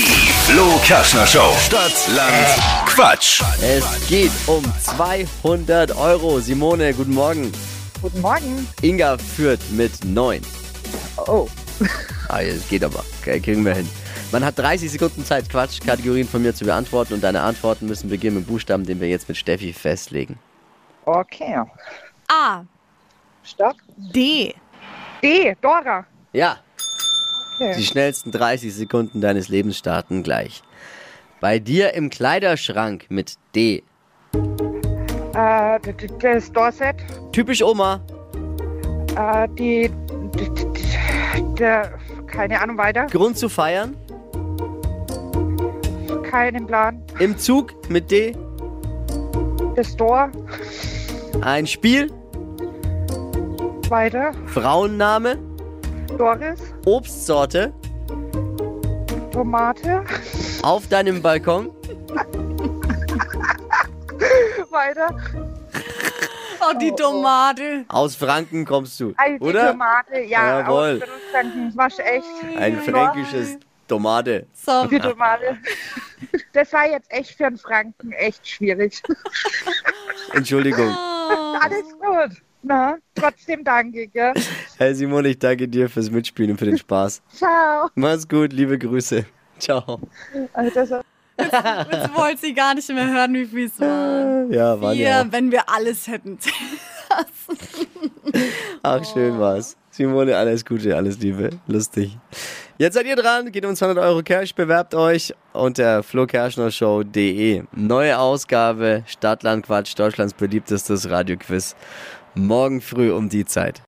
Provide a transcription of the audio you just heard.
Flo Kerschner Show. Stadt, Land, Quatsch. Es geht um 200 Euro. Simone, guten Morgen. Guten Morgen. Inga führt mit 9. Oh, Ah, es geht aber. Okay, kriegen wir hin. Man hat 30 Sekunden Zeit, Quatschkategorien von mir zu beantworten und deine Antworten müssen beginnen mit Buchstaben, den wir jetzt mit Steffi festlegen. okay. A. Stopp. D. D. Dora. Ja, die Okay. schnellsten 30 Sekunden deines Lebens starten gleich. Bei dir im Kleiderschrank mit D. Äh, d- d- das Dorset. Typisch Oma. Äh, die. d- d- d- Der, keine Ahnung weiter. Grund zu feiern. Keinen Plan. Im Zug mit D. Das Dor. Ein Spiel. Weiter. Frauenname. Doris. Obstsorte. Tomate. Auf deinem Balkon. Weiter. Oh, die Tomate. Aus Franken kommst du, Also die oder? Tomate. Ja, Jawohl. ausgerutscht. Wasch echt. Ein fränkisches Tomate. So, Die Tomate. Das war jetzt echt für einen Franken echt schwierig. Entschuldigung. Ah, Alles gut. Na, trotzdem danke, gell? Herr Simon, ich danke dir fürs Mitspielen und für den Spaß. Ciao. Mach's gut, liebe Grüße. Ciao. Also das jetzt wollte sie gar nicht mehr hören, wie viel es war. Ja, war ja. Wir, wenn wir alles hätten. Ach, schön war's. Simone, alles Gute, alles Liebe. Lustig. Jetzt seid ihr dran. Geht um 200 Euro Cash. Bewerbt euch unter flokerschnershow.de. Neue Ausgabe Stadtlandquatsch, Deutschlands beliebtestes Radioquiz. Morgen früh um die Zeit.